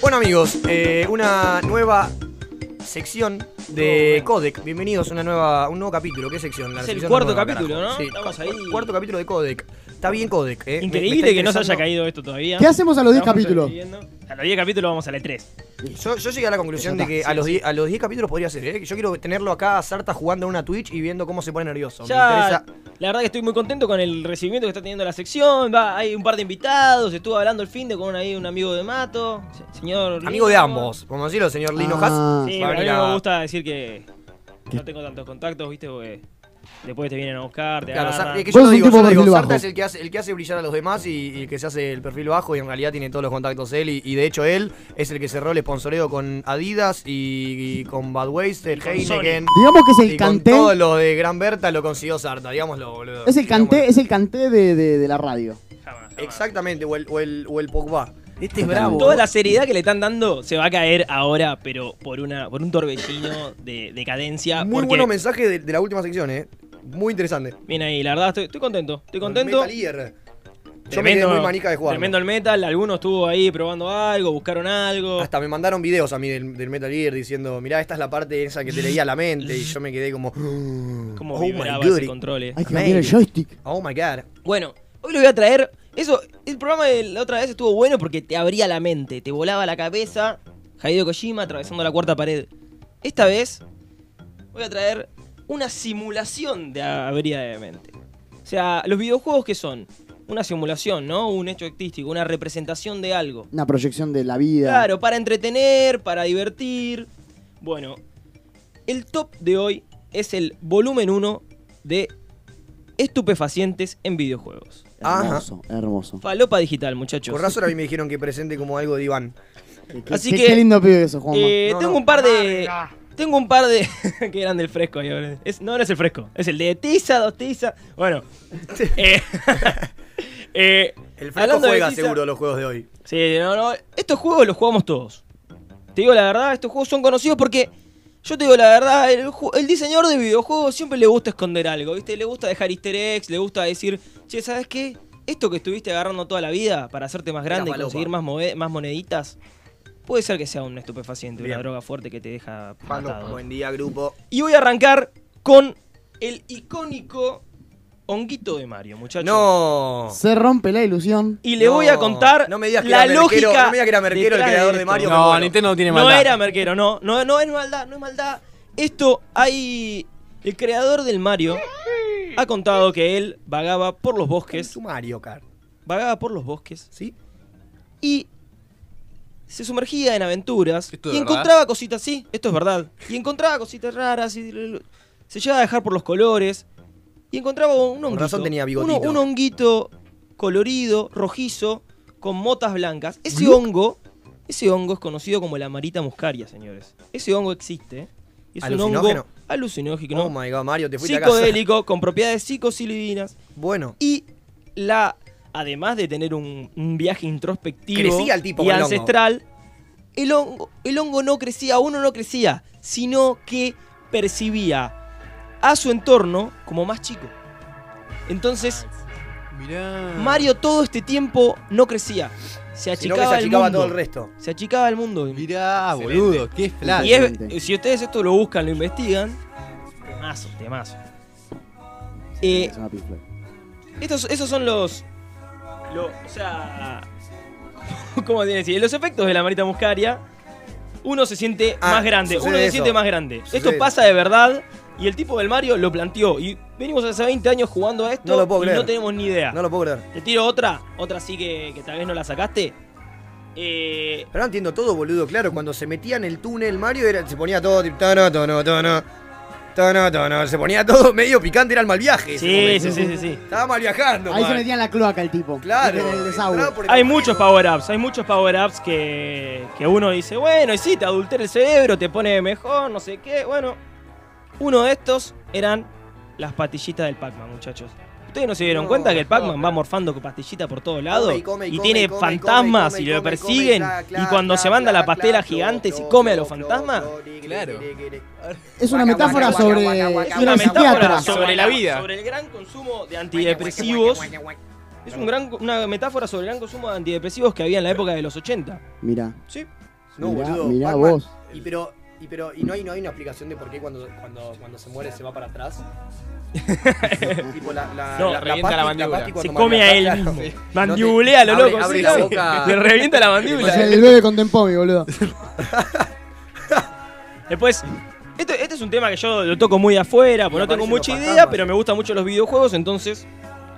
Bueno amigos, eh, una nueva sección de Codec. Bienvenidos a una nueva, un nuevo capítulo. ¿Qué sección? La Es el sección cuarto nueva, capítulo, carajo. ¿no? Sí, Estamos cu- ahí. cuarto capítulo de Codec. Está bien Codec, ¿eh? Me- me Increíble está que no se haya interesando. caído esto todavía. ¿Qué hacemos a los 10 Estamos capítulos? sobreviviendo. A los 10 capítulos vamos a la E 3. Yo, yo llegué a la conclusión de que a los die- a los 10 capítulos podría ser, ¿eh? Yo quiero tenerlo acá a Sarta jugando a una Twitch y viendo cómo se pone nervioso. Me Ya, interesa. la verdad que estoy muy contento con el recibimiento que está teniendo la sección. Va, hay un par de invitados. Estuve hablando el fin de con ahí un amigo de Mato. se- Señor. Amigo de Lino. ambos, podemos decirlo, señor Lino Ah. Haas. Sí, Va a pero a mí venir a- me gusta decir que no tengo tantos contactos, ¿viste? Porque después te vienen a buscar, te Claro, Sar- agarran. es que Vos yo lo sos un digo, tipo yo lo digo, perfil Sarta bajo. es el que, hace, el que hace brillar a los demás y, y que se hace el perfil bajo y en realidad tiene todos los contactos él y, y de hecho él es el que cerró el sponsoreo con Adidas y, y con Bad Waste, el Heineken Digamos que es el y con canté. todo lo de Gran Berta lo consiguió Sarta, digámoslo, boludo. Es el canté, Digámoslo. es el canté de, de- de la radio. Jamás, jamás. Exactamente, o el, o el, o el Pogba. Este es bravo. Toda la seriedad que le están dando se va a caer ahora, pero por una por un torbellino de, de cadencia. Muy porque- buenos mensajes de, de la última sección, eh. Muy interesante. Bien ahí, la verdad, estoy, estoy contento. Estoy contento. Metal Gear. Yo me quedé muy manica de jugar. Tremendo el metal. Algunos estuvo ahí probando algo, buscaron algo. Hasta me mandaron videos a mí del, del Metal Gear diciendo, mirá, esta es la parte esa que te leía la mente. Y yo me quedé como, Como oh vibraba my god. ese control, eh. Hay que cambiar el joystick. Oh my god. Bueno, hoy lo voy a traer. Eso, el programa de la otra vez estuvo bueno porque te abría la mente, te volaba la cabeza. Hideo Kojima atravesando la cuarta pared. Esta vez voy a traer una simulación de abría de mente. O sea, los videojuegos que son una simulación, ¿no? Un hecho artístico, una representación de algo. Una proyección de la vida. Claro, para entretener, para divertir. Bueno, el top de hoy es el volumen 1 de estupefacientes en videojuegos. Hermoso, hermoso. Falopa digital, muchachos. Por razón a mí me dijeron que presente como algo de Iván. Qué- Así qué, que- qué lindo pibe que sos, Juanma. Eh, No, tengo no. un par de. Tengo un par de. que eran del fresco ahí ahora. Es- no, no es el fresco. Es el de Tiza, dos Tiza. Bueno. Eh, eh, El fresco hablando de juega tiza- seguro los juegos de hoy. Sí, no, no. Estos juegos los jugamos todos. Te digo la verdad, estos juegos son conocidos porque. Yo te digo la verdad, el, ju- el diseñador de videojuegos siempre le gusta esconder algo, ¿viste? Le gusta dejar easter eggs, le gusta decir, che, ¿sabes qué? Esto que estuviste agarrando toda la vida para hacerte más grande y falopa. conseguir más, move- más moneditas, puede ser que sea un estupefaciente, Bien. una droga fuerte que te deja matado. Buen día, grupo. Y voy a arrancar con el icónico honguito de Mario, muchachos. No. Se rompe la ilusión. Y le No, voy a contar no me digas que la era Merquero, lógica. no me digas que era Merquero el detrás creador de esto. Mario, me No, muero. Nintendo no tiene No, maldad. era Merquero, no, no, no es maldad, no es maldad. Esto hay. El creador del Mario ha contado que él vagaba por los bosques. Su Mario Kart. Vagaba por los bosques ¿Sí? y se sumergía en aventuras ¿Esto es y verdad? encontraba cositas, sí, esto es verdad. Y encontraba cositas raras y l- l- se llevaba a dejar por los colores y encontraba un honguito. razón tenía bigotito. uno- un honguito colorido, rojizo, con motas blancas. Ese hongo, ese hongo es conocido como la marita muscaria, señores. Ese hongo existe. y Es un hongo Alucinógeno. alucinógico, Oh my god, Mario, te fuiste a casa. psicodélico, con propiedades psicosilibinas. Bueno. Y la. Además de tener un, un viaje introspectivo Crecía el tipo y con el hongo. ancestral, el hongo. el hongo no crecía, uno no crecía, sino que percibía a su entorno como más chico. Entonces, Ah. Mirá. Mario todo este tiempo no crecía. Se Sino achicaba, que se achicaba el mundo. todo el resto. Se achicaba el mundo. Mirá, boludo, qué flash. Y es- Excelente. si ustedes esto lo buscan, lo investigan. Temazo, temazo. Eh, Es una pifla. Estos, esos son los, lo- o sea, ¿cómo tiene que decir? Los efectos de la marita muscaria. Uno se siente Ah, más grande, sucede uno se eso. siente más grande. Sucede Esto eso. pasa de verdad y el tipo del Mario lo planteó. Y venimos hace 20 años jugando a esto No lo puedo y creer. no tenemos ni idea. No lo puedo creer. Te tiro otra, otra sí que, que tal vez no la sacaste. Eh, Pero no entiendo todo, boludo. Claro, cuando se metía en el túnel Mario era, se ponía todo tipo, tono, tono, tono. Tono, tono. Se ponía todo medio picante, era el mal viaje. ese sí, sí, momento. sí, sí, sí. Estaba mal viajando. Ahí se Mario. metía en la cloaca el tipo. Claro. Era el desagüe. entraba por el Hay agujero. muchos power-ups, hay muchos power-ups que, que uno dice, bueno, y sí, te adultera el cerebro, te pone mejor, no sé qué. Bueno, uno de estos eran las pastillitas del Pac-Man, muchachos. ¿Ustedes no se dieron No, cuenta que el no, Pac-Man va pero- morfando con pastillitas por todos lados? Come y come y come y tiene come y fantasmas come y y lo come y come, persiguen. cla, cla, y cuando cla, se manda cla, la pastela cla, gigante clo, y come a clo, los clo, fantasmas. clo, cli, cli, Claro. cli, cli, cli. Es una Guaca, metáfora guaca, sobre guaca, guaca, es Es guaca, una una metáfora psiquiatra. sobre la Sobre la vida. vida. Sobre el gran consumo de antidepresivos. Es un gran, una metáfora sobre el gran consumo de antidepresivos que había en la época de los 80. Mira, Sí. No, Mirá- boludo. mirá Pac-Man- vos. Y pero, y pero, y no hay, no hay una explicación de por qué cuando, cuando, cuando se muere se va para atrás. tipo la, Ah, la, No, revienta la Patti- mandíbula. Patti Se cuando come a maltrata- él claro, mismo. sí. Mandibulea, lo Abre- loco. abre sí, la sí. boca. Le revienta la O sea, mandíbula. el eh, bebé contempló mi boludo. Después, esto- este es un tema que yo lo toco muy de afuera, Y porque no tengo aparecen mucha los idea, fantasmas. pero me gustan mucho los videojuegos, entonces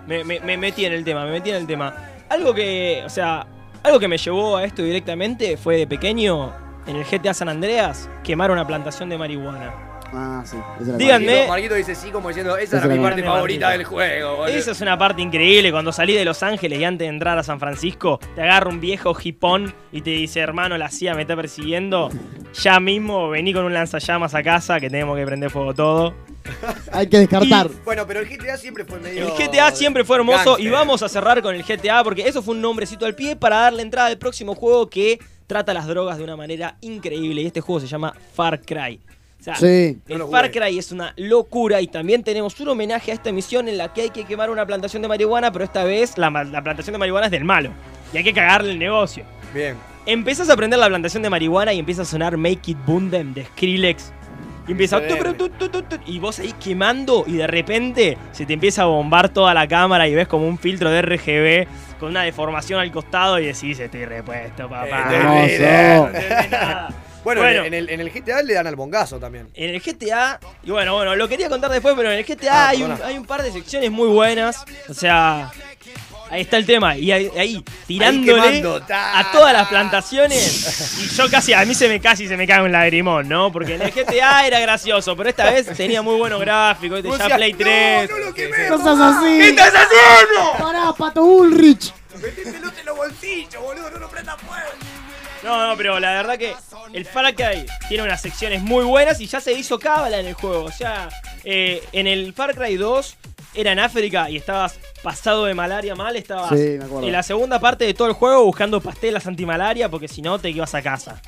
me, me- me metí en el tema, me metí en el tema. Algo que, o sea, algo que me llevó a esto directamente fue de pequeño, en el GTA San Andreas, quemar una plantación de marihuana. Ah, sí. esa era Díganme. Marquito, Marquito dice sí como diciendo, esa era Esa mi era parte Marquito. favorita del juego, boludo. Esa es una parte increíble, cuando salí de Los Ángeles y antes de entrar a San Francisco, te agarra un viejo hipón y te dice, hermano, la CIA me está persiguiendo, ya mismo vení con un lanzallamas a casa que tenemos que prender fuego todo. buena. Hay que descartar. Bueno, pero el GTA siempre fue medio. El GTA siempre fue hermoso y Gangster. vamos a cerrar con el GTA porque eso fue un nombrecito al pie para darle entrada al próximo juego que trata las drogas de una manera increíble y este juego se llama Far Cry. O Ah. sea, Sí. No el lo Far jugué. Cry es una locura y también tenemos un homenaje a esta misión en la que hay que quemar una plantación de marihuana, pero esta vez la, ma- la plantación de marihuana es del malo y hay que cagarle el negocio. Bien. Empiezas a aprender la plantación de marihuana y empieza a sonar Make It Bundem de Skrillex. Y empieza. Excelente. tu, tu, tu, tu, tu, Y vos ahí quemando y de repente se te empieza a bombar toda la cámara y ves como un filtro de RGB con una deformación al costado y decís, estoy repuesto, papá. Eh, Hermoso. No entendí nada. Bueno, Bueno. En, el, en el GTA le dan al bongazo también. En el GTA, y bueno, bueno, lo quería contar después, pero en el GTA Ah, hay, un, perdona. hay un par de secciones muy buenas. O sea, ahí está el tema. Y ahí, ahí, tirándole quemando, ta. a todas las plantaciones. Y yo casi, a mí se me casi se me cae un lagrimón, ¿no? Porque en el GTA era gracioso, pero esta vez tenía muy buenos gráficos. Vos Ya decías, Play "No, 3. no lo Sí, sí. quemé, No seas así. ¿Qué estás haciendo? Pará, Pato Ulrich. Métetelo en los bolsillos, boludo, no lo prendas fuego. No, no, pero la verdad que el Far Cry tiene unas secciones muy buenas y ya se hizo cábala en el juego. O sea, eh, en el Far Cry 2 era en África y estabas pasado de malaria mal, estabas Sí, me acuerdo. en la segunda parte de todo el juego buscando pastelas antimalaria porque si no te ibas a casa.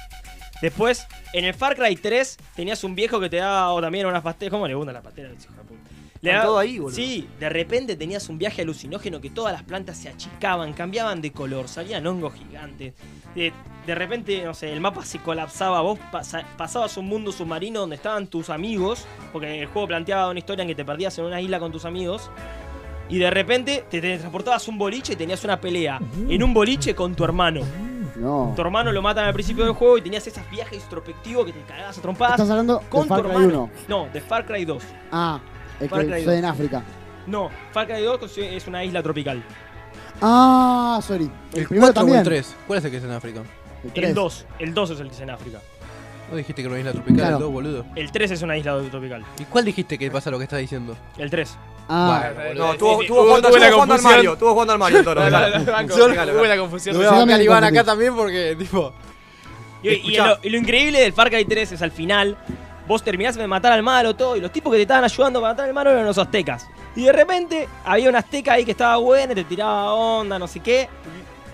Después, en el Far Cry 3 tenías un viejo que te daba o también unas pastelas. ¿Cómo le gustan las pastelas? hijo de puta? Le Están daba- todo ahí, boludo. Sí, de repente tenías un viaje alucinógeno que todas las plantas se achicaban, cambiaban de color, salían hongos gigantes. De, de repente, no sé, el mapa se colapsaba, vos pasa- pasabas un mundo submarino donde estaban tus amigos, porque el juego planteaba una historia en que te perdías en una isla con tus amigos. Y de repente te transportabas un boliche y tenías una pelea en un boliche con tu hermano. No. Tu hermano lo matan al principio del juego y tenías esos viajes introspectivos que te cagabas a trompadas. Estás hablando de Con tu Far Cry hermano. 1. No, de Far Cry 2. Ah, es Far Cry que soy en África. No, Far Cry 2 consi- es una isla tropical. Ah, sorry. El, ¿El primero 4 o también. el 3? ¿Cuál es el que es en África? El El tres. 2. El 2 es el que es en África. Vos dijiste que era una isla tropical, Claro. el 2, boludo. El 3 es una isla tropical. ¿Y cuál dijiste que pasa lo que estás diciendo? El 3. Ah, No, estuvo, estuvo Hubo- jugando, tuve la estuvo jugando al confusión. Mario, estuvo jugando al Mario, Toro. dejalo. Yo Dejalo, hubo la confusión. Lo voy a Yo también bancar me Iván confundí. acá también porque, tipo. Y, y lo, y lo increíble del Far Cry 3 es al final, vos terminás de matar al malo todo, y los tipos que te estaban ayudando para matar al malo eran los aztecas. Y de repente había una azteca ahí que estaba buena, te tiraba onda, no sé qué.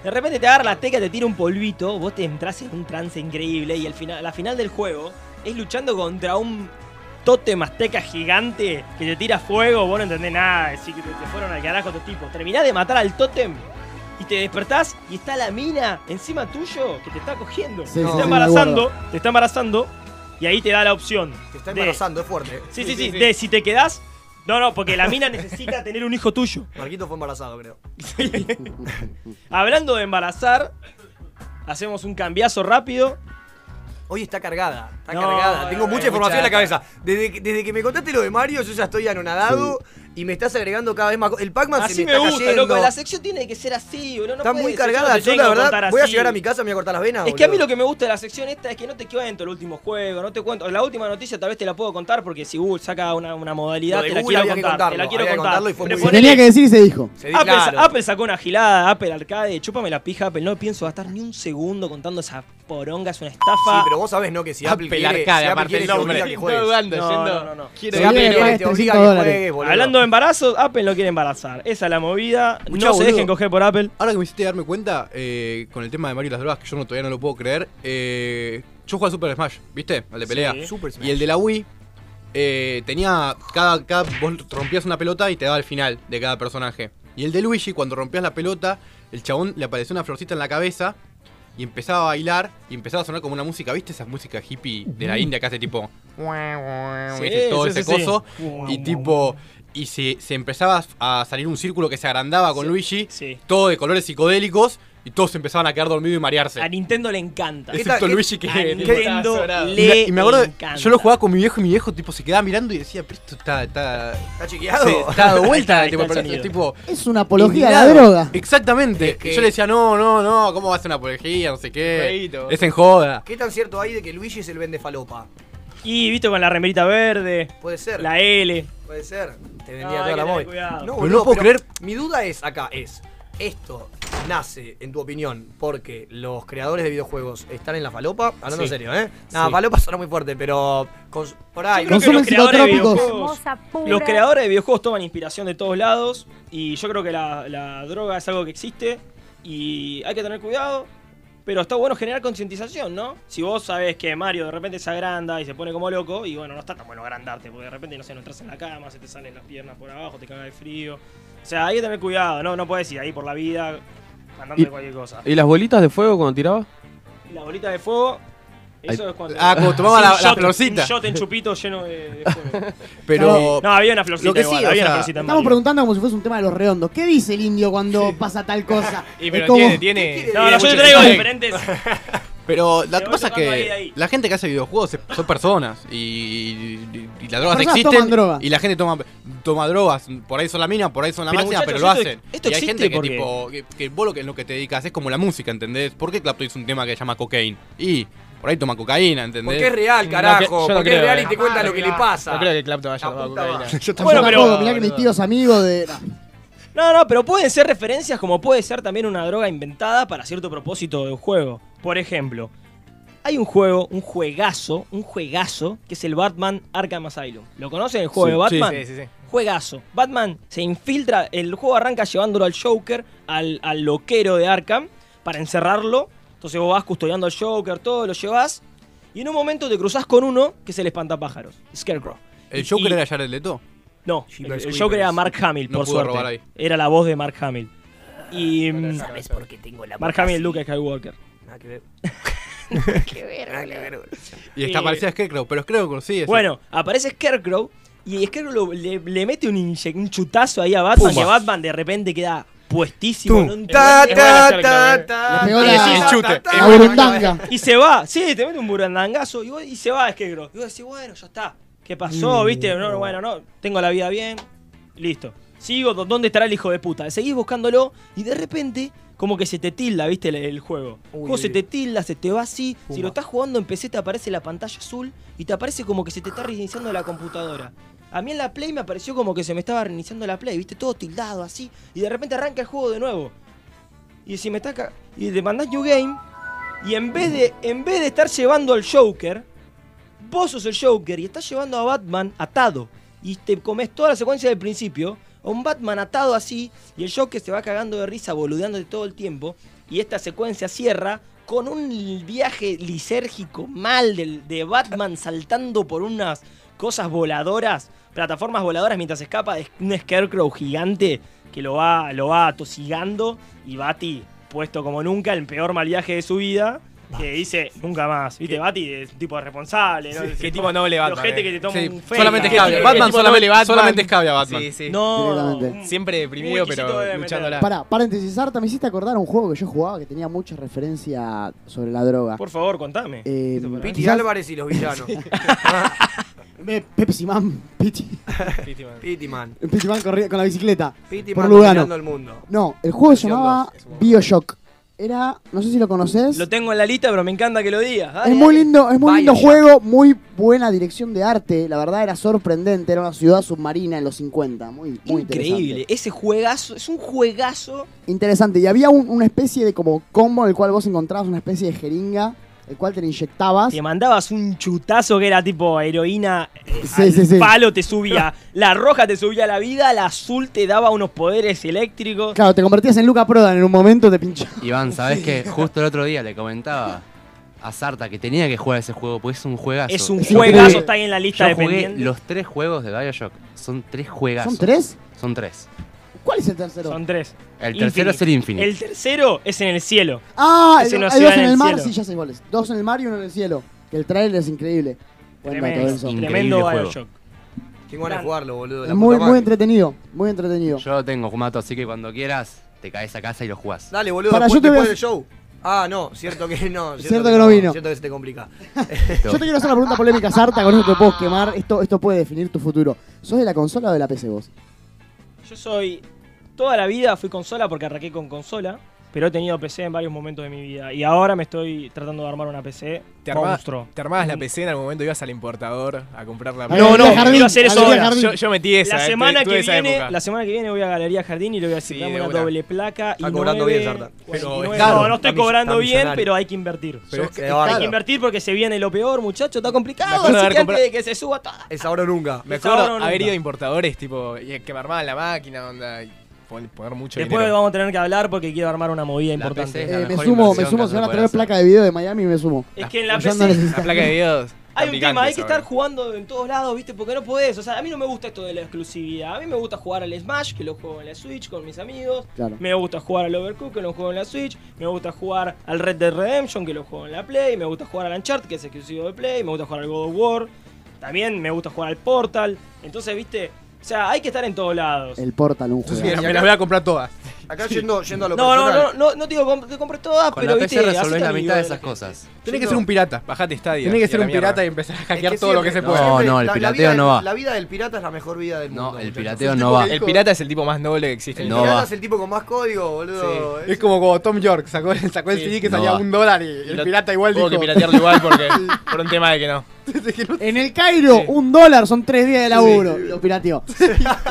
De repente te agarra la azteca, te tira un polvito, vos te entras en un trance increíble y al final, la final del juego es luchando contra un tótem azteca gigante que te tira fuego, vos no entendés nada, así que te, te fueron al carajo estos tipos. Terminás de matar al tótem y te despertás y está la mina encima tuyo que te está cogiendo. Sí, te sí, está sí, me embarazando, te está embarazando y ahí te da la opción. Te está de- embarazando, es fuerte. sí, sí, sí, de si te quedás. No, no, porque la mina necesita tener un hijo tuyo. Marquito fue embarazado, creo. Hablando de embarazar, hacemos un cambiazo rápido. Hoy está cargada, está No, eh, cargada. Tengo no, mucha hay información en la mucha cabeza. Desde que, desde que me contaste lo de Mario, yo ya estoy anonadado y me estás agregando cada vez más. co- El Pac-Man se Así Ah, me, me está gusta, cayendo. loco. La sección tiene que ser así, boludo. no está puede muy ser, yo no cargada. te Yo, tengo la que verdad, contar voy a así. llegar a mi casa, me voy a cortar las venas. Es que a mí boludo. lo que me gusta de la sección esta es que no te cuento el último juego, no te cuento. La última noticia tal vez te la puedo contar porque si Google saca una, una modalidad, Lo de te la Google quiero había que contar. Te contarlo, la quiero había que contar. contarlo y fue Pero muy Se ponele, tenía que decir y se dijo. Se Eh, di- Apple, claro. Apple sacó una gilada, Apple Arcade, chúpame la pija, Apple. No pienso gastar ni un segundo contando esa poronga, es una Sí, estafa. pero vos sabés, ¿no? Que Ah, si Apple, Apple quiere, Arcade, si Apple aparte quiere, el te obliga nombre. a que No, juegues. Ando, No, yendo. no, no, no. Quiero Se viene con quiero- Quiere, este te obliga a 300 que dólares. juegues, boludo. Hablando de embarazos, Apple no quiere embarazar. Esa es la movida. Escuchá, no se boludo. dejen coger por Apple. Ahora que me hiciste darme cuenta, eh, con el tema de Mario y las drogas, que yo no, todavía no lo puedo creer, eh, yo juego al Super Smash, ¿viste? Al de pelea. Sí. Super Y el de la Wii eh, tenía. Cada, cada. Vos rompías una pelota y te daba el final de cada personaje. Y el de Luigi, cuando rompías la pelota, el chabón le apareció una florcita en la cabeza. y empezaba a bailar y empezaba a sonar como una música, ¿viste? Esa música hippie de la India que hace tipo. Ah, ¿viste? Todo sí, ese sí, coso. sí. Y tipo. Y se, se empezaba a salir un círculo que se agrandaba con Sí, Luigi, sí. todo de colores psicodélicos, y todos se empezaban a quedar dormidos y marearse. A Nintendo le encanta. ¿Qué Excepto tal- qué- Luigi que. A tipo, Nintendo y le me- y me acuerdo, de- encanta. yo lo jugaba con mi viejo y mi viejo tipo se quedaba mirando y decía, pero esto está, está, ¿Está chiqueado? se está dado vuelta, Ahí está tipo, el pero sonido. es tipo Es una apología a la indignado. droga. Exactamente. Es que- Yo le decía, no, no, no, ¿cómo va a ser una apología? No sé qué. Feíto. Es en joda. ¿Qué tan cierto hay de que Luigi es el vende falopa? Y visto con la remerita verde, Puede ser. la L. Puede ser. Te vendía No, hay toda la que tener móvil. cuidado. No, Pero boludo, no puedo pero creer- Mi duda es acá, es. Esto nace, en tu opinión, porque los creadores de videojuegos están en la falopa. Hablando en Sí. serio, ¿eh? Nada, Sí. falopa suena muy fuerte, pero. cons- por ahí. Yo creo que Consumen los creadores de psicotrópicos. videojuegos. Los creadores de videojuegos toman inspiración de todos lados y yo creo que la, la droga es algo que existe y hay que tener cuidado, pero está bueno generar concientización, ¿no? Si vos sabés que Mario de repente se agranda y se pone como loco y bueno, no está tan bueno agrandarte porque de repente, no sé, no entras en la cama, se te salen las piernas por abajo, te caga de frío. O sea, hay que tener cuidado, ¿no? No puedes ir ahí por la vida andando Y- de cualquier cosa. ¿Y las bolitas de fuego cuando tiraba? La bolita de fuego... Eso es cuando... Ah, como tomaba Sí, un la- la shot- florcita. Un shot en chupito lleno de, de fuego. Pero. No, había una florcita Lo que sí, igual, o había una sea, florcita en Estamos Mario. preguntando como si fuese un tema de los redondos. ¿Qué dice el indio cuando pasa tal cosa? Y Es pero como- tiene, tiene. No, no, yo te mucho traigo sentido. diferentes. Pero la Te que voy pasa es que tocando ahí, ahí. la gente que hace videojuegos es- son personas y, y- y las drogas Personas existen toman droga. y la gente toma, toma drogas, por ahí son la mina, por ahí son la Pero, máxima, muchachos, pero lo esto hacen. ex- esto y hay existe gente que porque- tipo, que, que vos lo que, en lo que te dedicas es como la música, ¿entendés? ¿Por qué Clapton hizo un tema que se llama cocaine? Y por ahí toma cocaína, ¿entendés? Porque es real, No, carajo. que- yo no porque es creo, real eh. y te cuentan lo que le pasa. No creo que Clapton haya La tomado puta cocaína. madre. Yo Bueno, tampoco, pero- mirá que mis tíos amigos de. no. No, no, pero pueden ser referencias como puede ser también una droga inventada para cierto propósito de un juego. Por ejemplo, hay un juego, un juegazo, un juegazo, que es el Batman Arkham Asylum. ¿Lo conocen el juego Sí, de Batman? Sí, sí, sí. Juegazo. Batman se infiltra, el juego arranca llevándolo al Joker, al, al loquero de Arkham, para encerrarlo. Entonces vos vas custodiando al Joker, todo, lo llevas. Y en un momento te cruzás con uno que es el espantapájaros, Scarecrow. El Y- Joker y- era Jared Leto. No, el, Jeepers el Joker era Creepers. Mark Hamill, No por pudo suerte. robar ahí. Era la voz de Mark Hamill. Y mm, Ah, ¿Sabes por qué tengo la Mark boca Hamill, así? Luke Skywalker. Nada que ver. Qué Nada que ver. Y está Y- parecida a Scarecrow, pero Scarecrow sí es Bueno, aparece Scarecrow y Scarecrow lo- le, le mete un, inye- un chutazo ahí a Batman Pumba. que Batman de repente queda puestísimo. no Tum, entiende- ta, es ta, ta, buena la Ah, ta, Le pegó ta, la- ta, Sí, ta, chute. ta, La ta. burundanga. Y se va, sí, te mete un burandangazo y, vos- y se va Scarecrow. Y vos decís, bueno, ya está. ¿Qué pasó? Mm. ¿Viste? No, no, bueno, no. Tengo la vida bien. Listo. Sigo, ¿dó- ¿dónde estará el hijo de puta? Seguís buscándolo y de repente, como que se te tilda, ¿viste? El, el juego. El Uy, juego uy, se uy. te tilda, se te va así. Si Pumba. lo estás jugando en PC, te aparece la pantalla azul y te aparece como que se te Ah. está reiniciando la computadora. A mí en la Play me apareció como que se me estaba reiniciando la Play, ¿viste? Todo tildado así. Y de repente arranca el juego de nuevo. Y si me está ca- Y te mandás New Game. Y en vez, de, en vez de estar llevando al Joker, vos sos el Joker y estás llevando a Batman atado. Y te comes toda la secuencia del principio. A un Batman atado así. Y el Joker se va cagando de risa, boludeándote todo el tiempo. Y esta secuencia cierra con un viaje lisérgico mal del, de Batman saltando por unas cosas voladoras, plataformas voladoras mientras escapa de un Scarecrow gigante que lo va, lo va atosigando y Bati, puesto como nunca, el peor mal viaje de su vida, que dice nunca más. ¿Viste? Bati es un tipo responsable, ¿no? Es Qué tipo- tipo noble Batman. Ojete eh. que te toma Sí, un fake. solamente Qué es cabia. tipo- Batman qué tipo solamente- noble Batman. solamente es cabia, Batman. Sí, sí. No, mm, Directamente. un- Siempre deprimido, Muy exquisito de pero meter. luchándola. Pará, paréntesis, Sarta, me hiciste acordar a un juego que yo jugaba que tenía mucha referencia sobre la droga. por favor, contame. Eh, Esto para- Piti Quizás- Álvarez y los villanos. Eh, Pepe Simán, Pichi, Sí, sí, man. Piti Man. Pichi Man corría con la bicicleta. Piti Por Man Lugano. dominando el mundo. No, el juego se Versión llamaba dos, Bioshock. Era, no sé si lo conoces. Lo tengo en la lista, pero me encanta que lo digas. Dale, Es muy dale. lindo, es muy lindo Bioshock. juego, muy buena dirección de arte. La verdad era sorprendente, era una ciudad submarina en los 50. Muy, muy Increíble. interesante. Ese juegazo, es un juegazo. Interesante. Y había un- una especie de como combo en el cual vos encontrabas una especie de jeringa, el cual te la inyectabas. Te mandabas un chutazo que era tipo heroína. eh, Sí, al sí, sí. palo te subía. La roja te subía la vida. La azul te daba unos poderes eléctricos. Claro, te convertías en Luca Prodan en un momento, te pinchaba. Iván, ¿sabés que Justo el otro día le comentaba a Sarta que tenía que jugar ese juego, porque es un juegazo. Es un Yo juegazo, jugué- está ahí en la lista Yo de jugué pendientes. los tres juegos de Bioshock. Son tres juegazos. ¿Son tres? Son tres. ¿Cuál es el tercero? Son tres. El tercero es el Infinite. El tercero es en el cielo. Ah, Ese el- no hay se dos da en en el el mar, cielo. sí, ya seis goles. Dos en el mar y uno en el cielo. Que el trailer es increíble. Buen dato, Tremendo, Enzo. Increíble tremendo juego. Bioshock. Tengo ganas de jugarlo, boludo. la Muy, puta muy madre. entretenido, muy entretenido. Yo lo tengo, Mato, así que cuando quieras, te caes a casa y lo jugás. Dale, boludo, Para, después, yo te voy a después del show. Ah, no, cierto que no. Cierto que no vino. Cierto que se te complica. Yo te quiero hacer una pregunta polémica, Sarta, con eso te puedo quemar. Esto, esto puede definir tu futuro. ¿Sos de la consola o de la PC vos? Yo soy. Toda la vida fui consola porque arranqué con consola. Pero he tenido PC en varios momentos de mi vida. Y ahora me estoy tratando de armar una PC. Te, armaba- monstruo. te armabas la PC en algún momento, ibas al importador a comprar la A la PC. Galería no, quiero hacer a la eso Galería ahora. Jardín. Yo, yo metí esa. la eh, semana tuve que esa viene, época. la semana que viene voy a Galería Jardín y le voy a decir Sí, dame de una una. doble placa y Está cobrando bien, Sarta. Pero Pero es caro, no, no estoy está mis- cobrando está bien, millonario. pero hay que invertir. Pero Yo- es que- se es va a caro. Hay que invertir porque se viene lo peor, muchachos, está Me complicado, así acuerdo haber que antes comprado- de que se suba toda. Es ahora o nunca. Me Esa hora acuerdo no haber nunca. ido a importadores, tipo, y que me armaban la máquina, onda, y pon- poner mucho Después dinero. vamos a tener que hablar porque quiero armar una movida La PC importante. es la Eh, me mejor sumo, me inversión sumo, que se se van a puede traer hacer. placa de video de Miami y me sumo. Es que en la Yo PC ando necesitando- La placa de videos. hay un tema, hay que estar ahora. jugando en todos lados, ¿viste? Porque no podés. O sea, a mí no me gusta esto de la exclusividad. A mí me gusta jugar al Smash, que lo juego en la Switch con mis amigos. Claro. Me gusta jugar al Overcooked, que lo juego en la Switch. Me gusta jugar al Red Dead Redemption, que lo juego en la Play. Me gusta jugar al Uncharted, que es exclusivo de Play. Me gusta jugar al God of War. También me gusta jugar al Portal. Entonces, ¿viste? O sea, hay que estar en todos lados. El Portal, un Sí, juego. Bien, me acá- las voy a comprar todas. Acá yendo, yendo a lo No, no, personal. no, no, no te digo, comp- te compré todas, Con pero la viste, PC hacete resolvés la amigo mitad de la esas gente. cosas. Tenés que ser un pirata, bajate Stadia. Tenés que y a ser la un mierda. pirata y empezar a Es hackear que todo lo que se siempre- pueda. No, siempre no, el la- la pirateo vida no del- va. La vida del pirata es la mejor vida del mundo. No, el muchachos. pirateo no va. El pirata es el tipo más noble que existe. El no pirata va. es el tipo con más código, boludo. Es como como Tom York, sacó, sacó el CD que No salía va. un dólar y el lo- pirata igual tuvo dijo. que piratearlo igual porque, por un tema de que no. En el Cairo, un dólar son tres días de laburo. Y lo pirateó.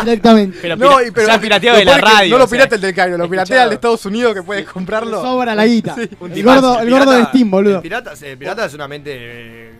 Directamente. Pero No, pira- y pero- se ha pirateado lo de la peor es que radio. no lo o sea, pirata el del Cairo, lo piratea escuchado. el de Estados Unidos que puedes Le comprarlo. sobra la guita. el, tipazo, gordo, el gordo de pirata- Steam, boludo. El pirata, el pirata es una mente. eh,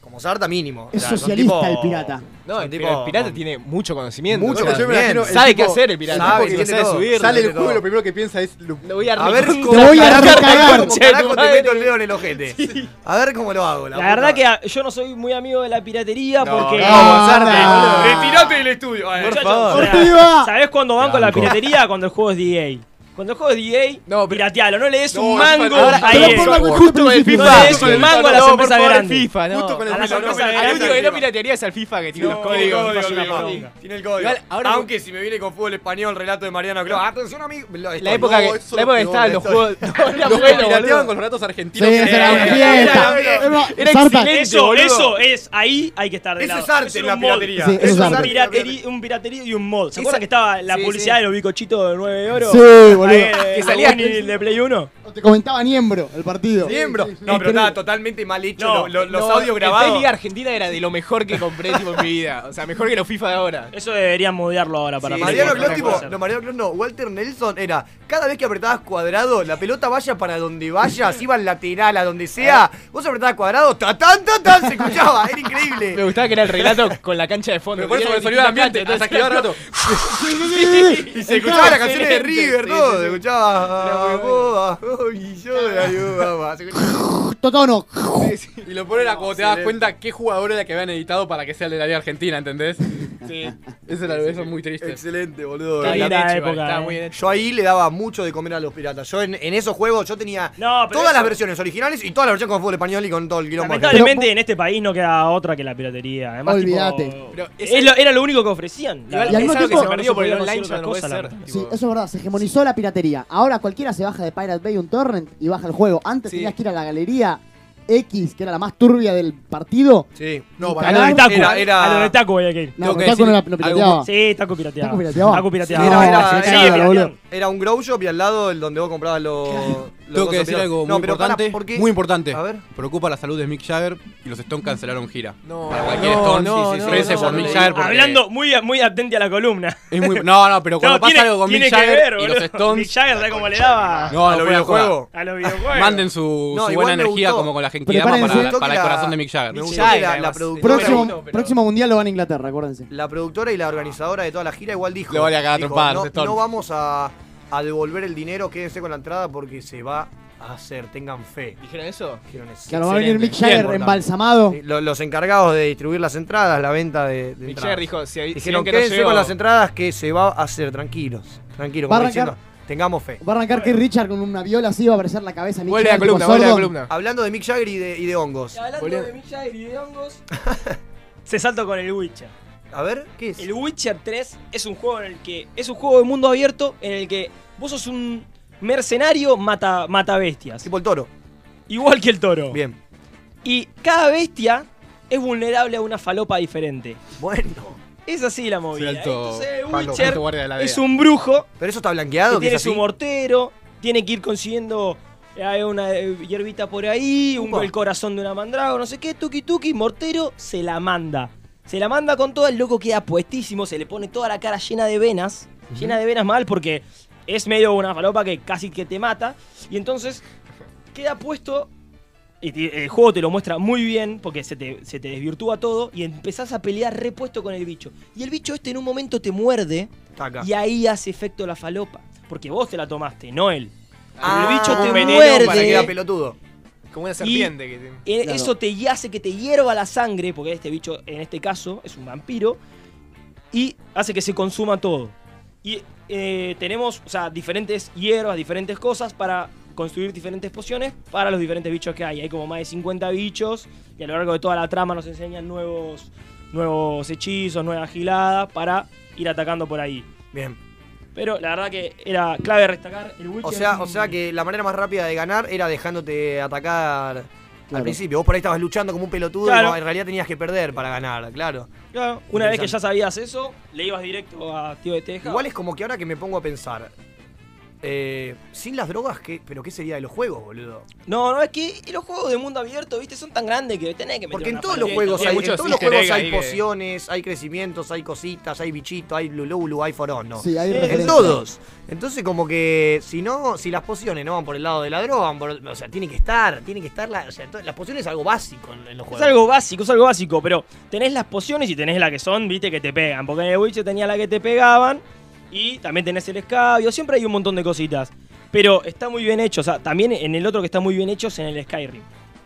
como Sarta, mínimo. Es son socialista tipo- el pirata. No, son el, tipo- pero el pirata tiene mucho conocimiento. Mucho o sea, Yo me Bien. imagino el sabe qué tipo- hacer el pirata. sabe, tipo que tiene sabe todo. subir. Sabe Sale el todo. juego y lo primero que piensa es lo- Lo voy a, A ver, recontra- cómo- Te voy a carajo- recagar. cómo carajo te Che, meto el dedo en el ojete. A ver cómo lo hago. La, La verdad puta. que ah, yo no soy muy amigo de la piratería No, porque... no, no. El pirata del estudio. Ay, Muchachos, favor. o sea, ¡Arriba! ¿Sabés cuándo van con la Blanco. piratería? Cuando el juego es DA. Cuando el juego es DA, No, pero- piratealo, no le des No, un es mango para- ahora- a te lo EA. pongo No en justo con el le FIFA. des un mango a No, la por empresa favor, el grande. FIFA, no. Justo con el A la FIFA, sorpresa no, grande. El único que no piratearía es el FIFA que tiene los códigos. códigos, es una códigos. poronga. Tiene el código. Igual, ahora- Aunque si me viene con fútbol español, relato de Mariano Clau. Atención, amigo. Lo- La estoy- época No, que eso la época que no, estaban no, los no, juegos. No, era Los bueno, pirateaban boludo. con los ratos argentinos. Sí, que se la era- eh, fiesta. era- Bueno, era Sarta, excelente. Eso, boludo. eso es, ahí hay que estar de Eso lado. es arte, un la mod. piratería. Sí, eso es Eso es arte. un piratería, un piratería y un mod. ¿Se Esa- acuerdan que estaba la sí, publicidad sí. de los bicochitos de 9 de oro? Sí, boludo. que salía salía- el de Play 1. Te comentaba Niembro, el partido. Miembro. Este No, pero estaba totalmente mal hecho. No, lo- lo- los No, audios El grabados. Liga Argentina era de lo mejor que compré tipo, en mi vida. O sea, mejor que los FIFA de ahora. Eso deberían modearlo ahora para Sí, Mariano no, Clos, no tipo, puede no, Mariano Clos no, Walter Nelson era, cada vez que apretabas cuadrado, la pelota vaya para donde vaya, si iba al lateral, a donde sea, vos apretabas cuadrado, tatán, tatán, se escuchaba, era Me increíble. gustaba que era el relato con la cancha de fondo. Pero por eso, Era por el sonido del ambiente, distinta hasta que ahora cancha, rato. Y se escuchaba las canciones de River, Sí, todo, sí, sí. se escuchaba, ah, vos, ah, oh, y yo de ayuda, se escuchaba- Totono. Sí, sí. Y lo ponen a como te das cuenta qué jugador era que habían editado para que sea el de la Liga Argentina, ¿entendés? Sí. Eso, era, eso es muy triste. Excelente, boludo. Está Qué bien linda hecho, época, igual, estaba eh. muy bien hecho. Yo ahí le daba mucho de comer a los piratas. Yo en, en esos juegos yo tenía No, pero todas eso- las versiones originales y todas las versiones con fútbol español y con todo el quilombo. Lamentablemente en este país no queda otra que la piratería. Además, Olvídate. tipo, Pero es ese- lo- era lo único que ofrecían. la Igual verdad. Y al es mismo algo que tiempo- se perdió por el no se online, podía ya no lo puede conseguir ser. otra cosa, Sí, tipo. eso es verdad, se hegemonizó la piratería. Ahora cualquiera se baja de Pirate Bay un torrent y baja el juego. Antes Sí. tenías que ir a la galería X, que era la más turbia del partido. Sí. No, A lo de Taco. Era- era- A lo de Taco había que ir. No, Tengo pero que Taco decir no la no pirateaba. algo- Sí, Taco pirateado. Taco pirateaba. Taco pirateado. Era- era- Sí, era- pirateaban. era- Era un grow shop y al lado el donde vos comprabas los. los Tengo cosas que decir piratas. algo muy No, pero pará, importante. ¿por qué? Muy importante. A ver. Preocupa la salud de Mick Jagger y los Stones cancelaron gira. No, Para cualquier no, Stones, no, sí, sí, no, sí, rece no, por no, Mick no. Jagger porque Hablando muy, muy atente a la columna. es muy- No, no, pero cuando No, pasa tiene- algo con tiene Mick que Jagger ver, y los boludo. Stones. Mick Jagger, ¿sabes cómo le daba? No, a no los fue la joda. videojuegos. A los videojuegos. Manden su, No, su igual buena me energía gustó. como con la Genki Dama Prepárense. para, Gustó para que el la- corazón de Mick Jagger. Me Mick gustó que Jagger, la, la además, productora, Pero- Próximo, pero- próximo mundial lo van a Inglaterra, acuérdense. la productora y la organizadora de toda la gira igual dijo: Le vale a cagar dijo, trompadas, no, Stones". no vamos a, a devolver el dinero, quédense con la entrada porque se va hacer, tengan fe. ¿Dijeron eso? Dijeron, es Claro, va a venir excelente. Mick Bien, Jagger Importante. embalsamado. Sí, lo- los encargados de distribuir las entradas, la venta de, de Mick entradas. Jagger dijo, si, hay- si Dijeron, ven que no quédense llego- con las entradas que se va a hacer, tranquilos. Tranquilos, como Va a arrancar- diciendo, tengamos fe. Va a arrancar Keith Richard con una viola así, va a aparecer la cabeza de Mick Vuelve a la Jagger. tipo columna, vuelve a la sordo. columna. Hablando de Mick Jagger y de, y de hongos. Hablando Volviendo. de Mick Jagger y de hongos, Se salto con el Witcher. A ver, ¿qué es? El Witcher 3 es un juego en el que. Es un juego de mundo abierto en el que vos sos un mercenario mata, mata bestias. Tipo el toro. Igual que el toro. Bien. Y cada bestia es vulnerable a una falopa diferente. Bueno. Es así la movida. Cierto, Entonces el Pablo, Witcher alto guardia de la es DEA. un brujo ¿Pero eso está que blanqueado? que tiene es así? su mortero, tiene que ir consiguiendo eh, hay una eh, hierbita por ahí, un, Upa. el corazón de una mandrágora, no sé qué, tuki tuki, mortero, se la manda. Se la manda con todo, el loco queda puestísimo, se le pone toda la cara llena de venas, llena de venas mal porque es medio una falopa que casi que te mata. Y entonces queda puesto, y te- el juego te lo muestra muy bien porque se te, se te desvirtúa todo y empezás a pelear repuesto con el bicho. Y el bicho este en un momento te muerde. Taca. Y ahí hace efecto la falopa. Porque vos te la tomaste, no él. Ah, el bicho un te veneno muerde. para que queda pelotudo. Como una serpiente que te- Eh, Claro. Eso te hace que te hierva la sangre, porque este bicho, en este caso, es un vampiro. Y hace que se consuma todo. Y eh, tenemos, o sea, diferentes hierbas, diferentes cosas para construir diferentes pociones para los diferentes bichos que hay. Hay como más de 50 bichos y a lo largo de toda la trama nos enseñan nuevos, nuevos hechizos, nuevas giladas para ir atacando por ahí. Bien. Pero la verdad que era clave destacar el Witcher. O sea, o sea que la manera más rápida de ganar era dejándote atacar al Claro. principio. Vos por ahí estabas luchando como un pelotudo Claro. y no, en realidad tenías que perder para ganar, claro. Claro, una vez que Interesante. ya sabías eso, le ibas directo a Tío de Teja. Igual es como que ahora que me pongo a pensar. eh, sin las drogas, ¿qué, ¿pero qué sería de los juegos, boludo? No, no, es que los juegos de mundo abierto, viste, son tan grandes que tenés que meter Porque en una todos los paleta. juegos tiene hay, en muchos todos los easter juegos egg hay ahí que- pociones, hay crecimientos, hay cositas, hay bichitos, hay lululu, hay forón, ¿no? Sí, hay Sí, En referencia. todos. Entonces, como que si no, si las pociones no van por el lado de la droga, van por el- o sea, tiene que estar, tiene que estar la, o sea, to- las pociones es algo básico en, en los Es juegos. algo básico, es algo básico, pero tenés las pociones y tenés la que son, viste, que te pegan. Porque en el Witcher tenía la que te pegaban y también tenés el escabio, siempre hay un montón de cositas. Pero está muy bien hecho, o sea, también en el otro que está muy bien hecho es en el Skyrim.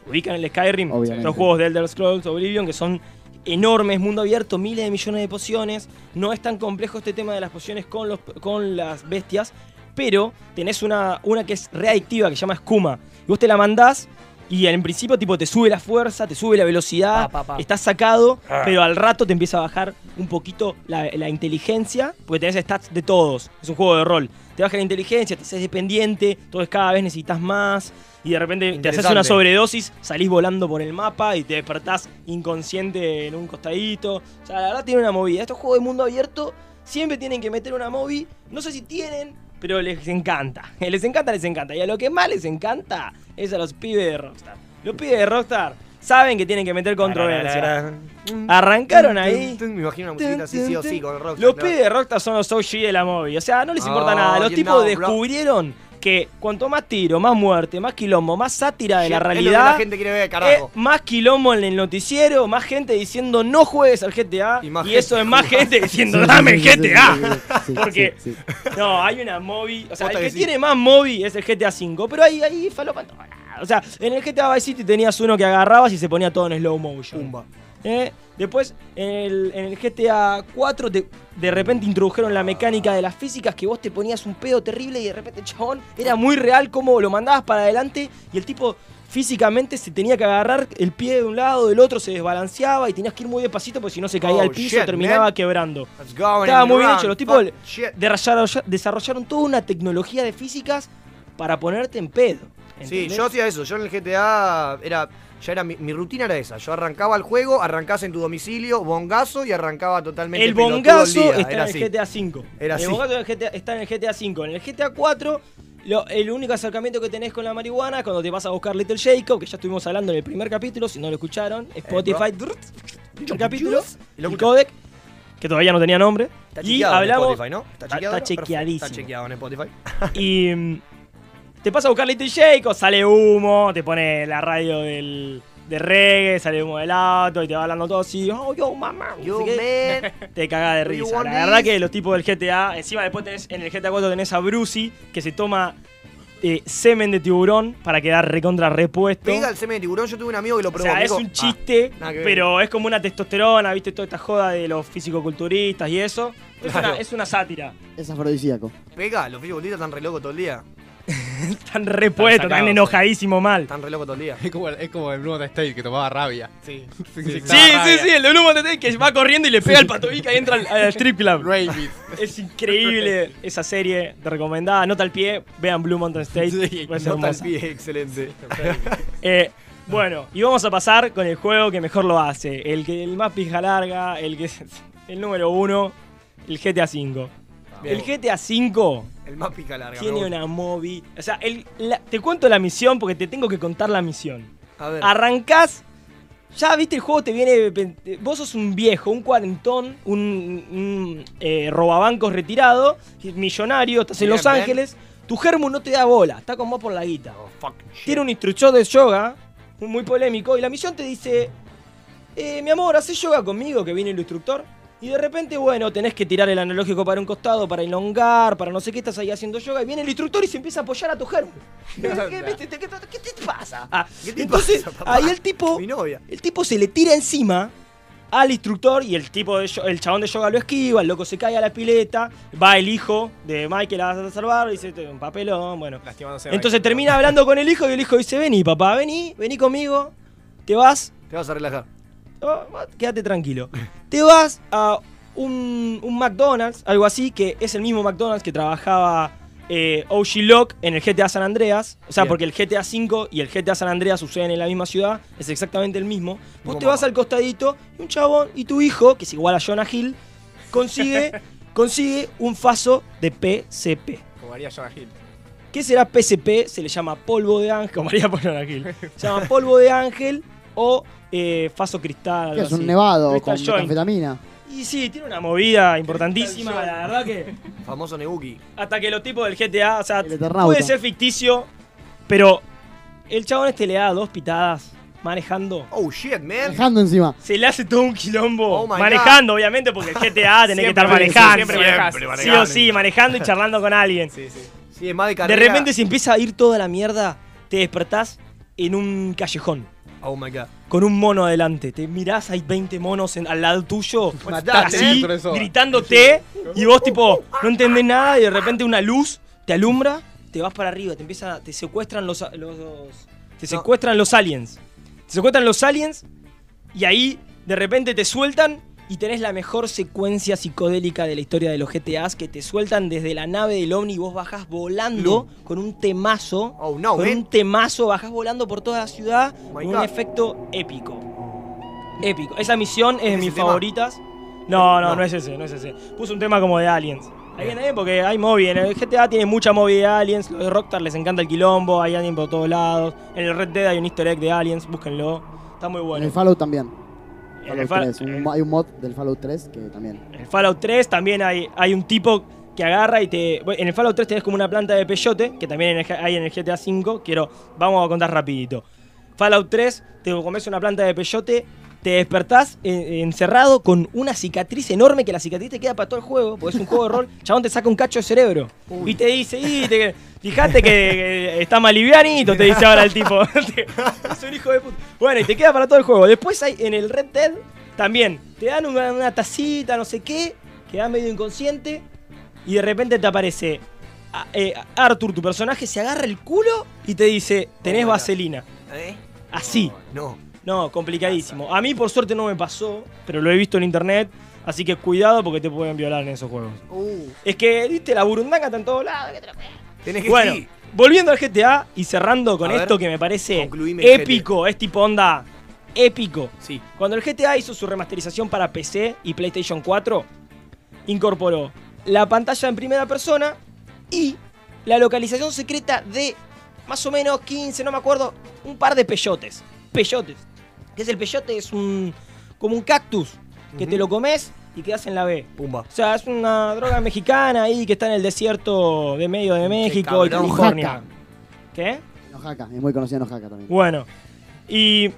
Ubican el Skyrim, Obviamente. los juegos de Elder Scrolls, Oblivion, que son enormes, mundo abierto, miles de millones de pociones. No es tan complejo este tema de las pociones con, los, con las bestias, pero tenés una, una que es readictiva, que se llama escuma. Y vos te la mandás y en principio tipo te sube la fuerza, te sube la velocidad, Pa, Ah. pa, pa. estás sacado, pero al rato te empieza a bajar un poquito la, la inteligencia, porque tenés stats de todos, es un juego de rol. Te baja la inteligencia, te haces dependiente, entonces cada vez necesitas más y de repente te haces Interesante. una sobredosis, salís volando por el mapa y te despertás inconsciente en un costadito. O sea, la verdad tiene una movida. Estos juegos de mundo abierto siempre tienen que meter una movi. No sé si tienen, pero les encanta. Les encanta, les encanta. Y a lo que más les encanta es a los pibes de Rockstar. Los pibes de Rockstar saben que tienen que meter controversia. Mm. Arrancaron ahí. Me imagino una musiquita así, sí o sí, con el rock. Los pibes de Rockstar son los OG de la movi. O sea, no les importa Oh, nada. Los you tipos know, bro. descubrieron que cuanto más tiro, más muerte, más quilombo, más sátira de la realidad. la gente quiere ver, carajo. Eh, más quilombo en el noticiero, más gente diciendo no juegues al GTA. Y Y, más eso gente es más gente Sí, diciendo sí, dame el sí, sí, GTA. sí, sí, sí, ah. Porque- sí, sí. No, hay una movi. O sea, Posta el que que sí. tiene más movi es el GTA V. Pero ahí, ahí, falopa en todo lado. O sea, en el GTA Vice City tenías uno que agarrabas y se ponía todo en slow motion. Pumba. ¿Eh? Después, en el, en el GTA 4 te- de repente introdujeron la mecánica de las físicas que vos te ponías un pedo terrible y de repente, chabón, era muy real cómo lo mandabas para adelante y el tipo físicamente se tenía que agarrar el pie de un lado, del otro se desbalanceaba y tenías que ir muy despacito porque si no se caía Oh, al piso shit, terminaba man. quebrando. Let's go and Estaba muy bien run, hecho, los tipos- fuck, shit. Desarrollaron, desarrollaron toda una tecnología de físicas para ponerte en pedo. Sí, ¿entendés? yo hacía eso. Yo en el GTA era. Ya era mi, mi rutina era esa. Yo arrancaba el juego, arrancás en tu domicilio, bongazo y arrancaba totalmente El pelotudo el bongazo día. está era en el así. GTA V. Era el así. bongazo en el GTA está en el GTA V. En el GTA 4, el único acercamiento que tenés con la marihuana es cuando te vas a buscar Little Jacob, que ya estuvimos hablando en el primer capítulo, si no lo escucharon, Spotify, drrrt, primer capítulo, Eh, Y lo el escuchás. codec, que todavía no tenía nombre. Está Y chequeado en hablamos, Spotify, ¿no? Está Está- chequeado. está ¿no? Perfecto. chequeadísimo. Está chequeado en Spotify. y mm, te pasa a buscar Little Jacob, sale humo, te pone la radio del... De reggae, sale humo del auto y te va hablando todo así. Oh, yo, mamá. no Yo, sé qué. man. Te caga de Do you risa. want La verdad this? que los tipos del GTA, encima después tenés, en el GTA 4 tenés a Brucey que se toma eh, semen de tiburón para quedar recontra repuesto. Pega el semen de tiburón, yo tuve un amigo que lo O probó. sea, me es dijo, un "Ah". chiste, nada que ver. pero es como una testosterona, ¿viste? Toda esta joda de los fisicoculturistas y eso. Es, una, es una sátira. Es afrodisíaco. Pega, los fisiculturistas están re locos todo el día. Están repuestos, sacados. están enojadísimo mal. Están re locos todo el día. Es como, es como el Blue Mountain State que tomaba rabia. Sí. Sí, sí, Sí, sí, sí, el de Blue Mountain State que va corriendo y le pega al patobica y entra al, al strip club. Rabies. Es increíble esa serie te recomendada. Nota al pie, vean Blue Mountain State. Sí, puede ser No tan hermosa. pie, excelente. Eh, bueno, y vamos a pasar con el juego que mejor lo hace. El que el más pija larga, el que el número uno, el GTA V. El Bien. GTA V El más pica larga. me tiene gusta. una movi. O sea, el- la- te cuento la misión porque te tengo que contar la misión. A ver. Arrancás. Ya viste, el juego te viene. pen- eh, Vos sos un viejo, un cuarentón, un, un, eh, robabancos retirado, millonario, estás en Bien, Los bien. Ángeles. Tu germo no te da bola, está con vos por la guita. Oh, fuck shit. Tiene un instructor de yoga, un- muy polémico, y la misión te dice: eh, Mi amor, haces yoga conmigo, que viene el instructor. Y de repente, bueno, tenés que tirar el analógico para un costado, para elongar, para no sé qué, estás ahí haciendo yoga. Y viene el instructor y se empieza a apoyar a tu germo. ¿Qué, viste? ¿Qué te- qué te pasa? Ah, ¿Qué te entonces, pasa, papá? ahí el tipo Mi novia. el tipo se le tira encima al instructor y el tipo de yo- el chabón de yoga lo esquiva, el loco se cae a la pileta, va el hijo de Michael a salvar, dice "Te- un papelón, bueno. Lastimándose. Entonces termina hablando con el hijo y el hijo dice, vení papá, vení, vení conmigo, te vas, Te vas a relajar. oh, va, quédate tranquilo. Te vas a un, un McDonald's, algo así, que es el mismo McDonald's que trabajaba eh, OG Locke en el GTA San Andreas. O sea, Bien. porque el GTA V y el GTA San Andreas suceden en la misma ciudad, es exactamente el mismo. Vos Como te vas mamá. al costadito y un chabón y tu hijo, que es igual a Jonah Hill, consigue, consigue un faso de PCP. Como haría Jonah Hill. ¿Qué será PCP? Se le llama polvo de ángel. Como haría Polvo de ángel. Se llama polvo de ángel o eh, faso cristal. Que algo es un así. nevado Crystal con Joint. metanfetamina. Y sí, tiene una movida importantísima, Cristal la verdad que. Famoso Nebuki. Hasta que los tipos del GTA, o sea, El Eternauta. puede ser ficticio, pero el chabón este le da dos pitadas manejando. Oh shit, man. Dejando encima. Se le hace todo un quilombo Oh my God. manejando, obviamente, porque el GTA tiene que estar Siempre, manejando. siempre manejás. Sí o sí, manejando y charlando con alguien. Sí, sí. Sí, es más de De carrera. repente se empieza a ir toda la mierda, te despertás en un callejón. Oh my god. Con un mono adelante, te mirás, hay 20 monos en- al lado tuyo, Mataste, así, profesor. gritándote, y vos tipo, no entendés nada, y de repente una luz te alumbra, te vas para arriba, te empiezan, te secuestran los, a- los- los- No. te secuestran los aliens. Te secuestran los aliens, y ahí de repente te sueltan, y tenés la mejor secuencia psicodélica de la historia de los GTAs, que te sueltan desde la nave del ovni y vos bajás volando con un temazo. Oh no, Con un man. temazo, bajás volando por toda la ciudad Oh my con un God. efecto épico. Épico. Esa misión es de ¿Ese mis tema? favoritas. No, no, No. no, es ese, no es ese. Puse un tema como de Aliens. Ahí viene bien porque hay movie. En el GTA tiene mucha movie de Aliens. Los de Rockstar les encanta el quilombo. Hay Aliens por todos lados. En el Red Dead hay un easter egg de Aliens. Búsquenlo. Está muy En bueno. el Fallout también. En eh. Fallout Fa- 3. Un mo- hay un mod del Fallout 3 que también. en el Fallout 3 también hay, hay un tipo que agarra y te. bueno, En el Fallout 3 tenés como una planta de peyote, que también en el G- hay en el GTA V. Quiero. Vamos a contar rapidito. Fallout 3, te comes una planta de peyote, te despertás eh, encerrado con una cicatriz enorme que la cicatriz te queda para todo el juego, porque es un juego de rol. Chabón te saca un cacho de cerebro. Y te dice, y te- fijate que, que está más livianito, te dice ahora el tipo. es un hijo de puta. Bueno, y te queda para todo el juego. Después hay en el Red Dead también, te dan una, una tacita, no sé qué, quedás medio inconsciente y de repente te aparece a- eh, Arthur, tu personaje, se agarra el culo y te dice, tenés my God. vaselina. ¿Eh? Así. No. No, complicadísimo. A mí por suerte no me pasó, pero lo he visto en internet, así que cuidado porque te pueden violar en esos juegos. Uh, Es que, viste, la burundanga está en todos lados. que te la- tenés que Bueno, sí. volviendo al GTA y cerrando con A ver, esto que me parece concluíme el épico, es tipo onda épico. Sí. Cuando el GTA hizo su remasterización para PC y PlayStation 4, incorporó la pantalla en primera persona y la localización secreta de más o menos 15, no me acuerdo, un par de peyotes. Peyotes. ¿Qué es el peyote? Es un como un cactus que te lo comes y quedas en la B. Pumba. O sea, es una droga mexicana ahí que está en el desierto de medio de México y cabrón. California. ¿Qué? En Oaxaca. Es muy conocida en Oaxaca también. Bueno. ¿Y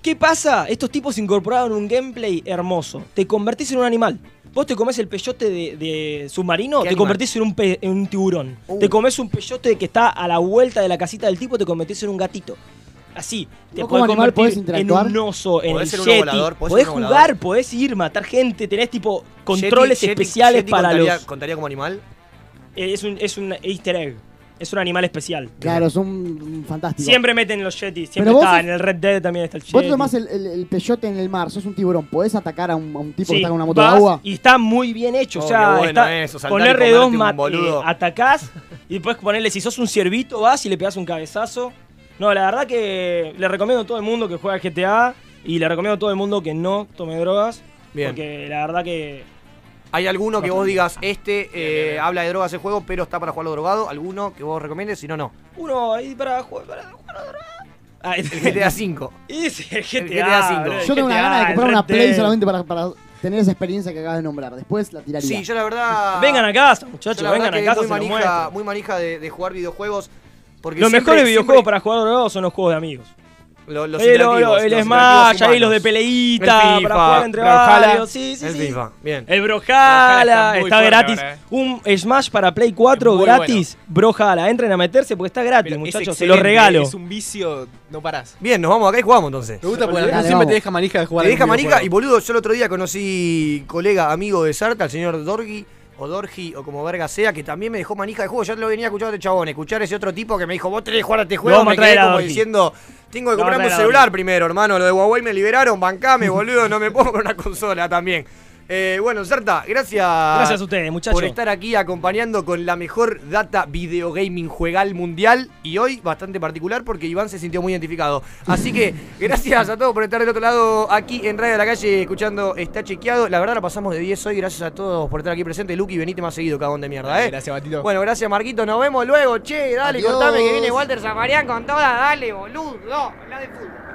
qué pasa? Estos tipos incorporaron un gameplay hermoso. Te convertís en un animal. Vos te comés el peyote de, de submarino, ¿Qué te animal? convertís en un, pe- en un tiburón. Uh. Te comés un peyote que está a la vuelta de la casita del tipo, te convertís en un gatito. Así, te ¿Vos como animal podés convertir interactuar? en un oso, en Podés ser el un yeti, volador, podés podés ser un jugar, volador. podés ir, matar gente, tenés tipo controles Yeti- Yeti- especiales Yeti para contaría, los... ¿Contaría como animal? Eh, Es un, es un easter egg. Es un animal especial. Claro, son un fantástico. Siempre meten los yetis. Siempre Pero vos está. sos- En el Red Dead también está el yeti. Vos te tomás el, el- el peyote en el mar, sos un tiburón, ¿podés atacar a un, a un tipo Sí, que está con una moto de vas agua? Y está muy bien hecho. Oh, o sea, qué bueno está- eso, saltar con y R2 comerte un ma- boludo. eh, atacás y puedes ponerle, si sos un ciervito, vas y le pegás un cabezazo. No, la verdad que le recomiendo a todo el mundo que juega al GTA y le recomiendo a todo el mundo que no tome drogas. Bien. Porque la verdad que ¿Hay alguno que vos digas, este eh, habla de drogas el juego, pero está para jugarlo drogado? ¿Alguno que vos recomiendes? Si no, no. uno ahí para jugar. Para jugar a drogas. Ah, es- El GTA V. Y es el GTA, GTA V. bro, el Yo tengo una GTA, gana de comprar el una Red Play Dead. solamente para, para tener esa experiencia que acabas de nombrar. Después la tiraría. Sí, yo la verdad. Vengan a casa, yo muchachos, la verdad vengan a que casa, Muy se los manija, muestro. muy manija de, de jugar videojuegos. Porque Los siempre- mejores videojuegos siempre- para jugar drogados son los juegos de amigos. lo- Los, Eh, lo- interactivos, lo- los el interactivos Smash, ahí los de humanos. peleita, El para FIFA, jugar entre Brawlhalla. varios. Sí, sí, El sí. FIFA, bien. El Brawlhalla Brojala, está muy está fuerte gratis. ahora, eh. Un Smash para Play 4 Es muy gratis. Brojala, entren a meterse porque está gratis, Pero es muchachos. Se excelente, los regalo. Es un vicio, no parás. Bien, nos vamos acá y jugamos entonces. Me gusta porque la Dale, gente siempre vamos. te deja manija de jugar. Te a deja un manica y videojuego. boludo, yo el otro día conocí colega, amigo de Sarta, el señor Dorgi, o Dorgi, o como verga sea, que también me dejó manija de juego. Yo lo venía escuchando a este chabón, escuchar ese otro tipo que me dijo, vos tenés que jugar a este juego, vamos me a traer quedé a como Dorgi. diciendo, tengo que Lo vamos a comprarme un traer a celular Dorgi. primero, hermano. Lo de Huawei me liberaron, bancame, boludo, no me puedo comprar una consola también. Eh, bueno, Sarta, gracias. Gracias a ustedes, muchachos. Por estar aquí acompañando con la mejor data videogaming juegal mundial y hoy bastante particular porque Iván se sintió muy identificado. Así que gracias a todos por estar del otro lado aquí en Radio de la Calle escuchando Está Chequeado. La verdad la pasamos de 10 hoy. Gracias a todos por estar aquí presente. Luqui, venite más seguido, cagón de mierda, ¿eh? Gracias, Batito. Bueno, gracias Marquito. Nos vemos luego. Che, dale, Adiós. contame que viene Walter Zafarian con toda. Dale, boludo. Habla de fútbol.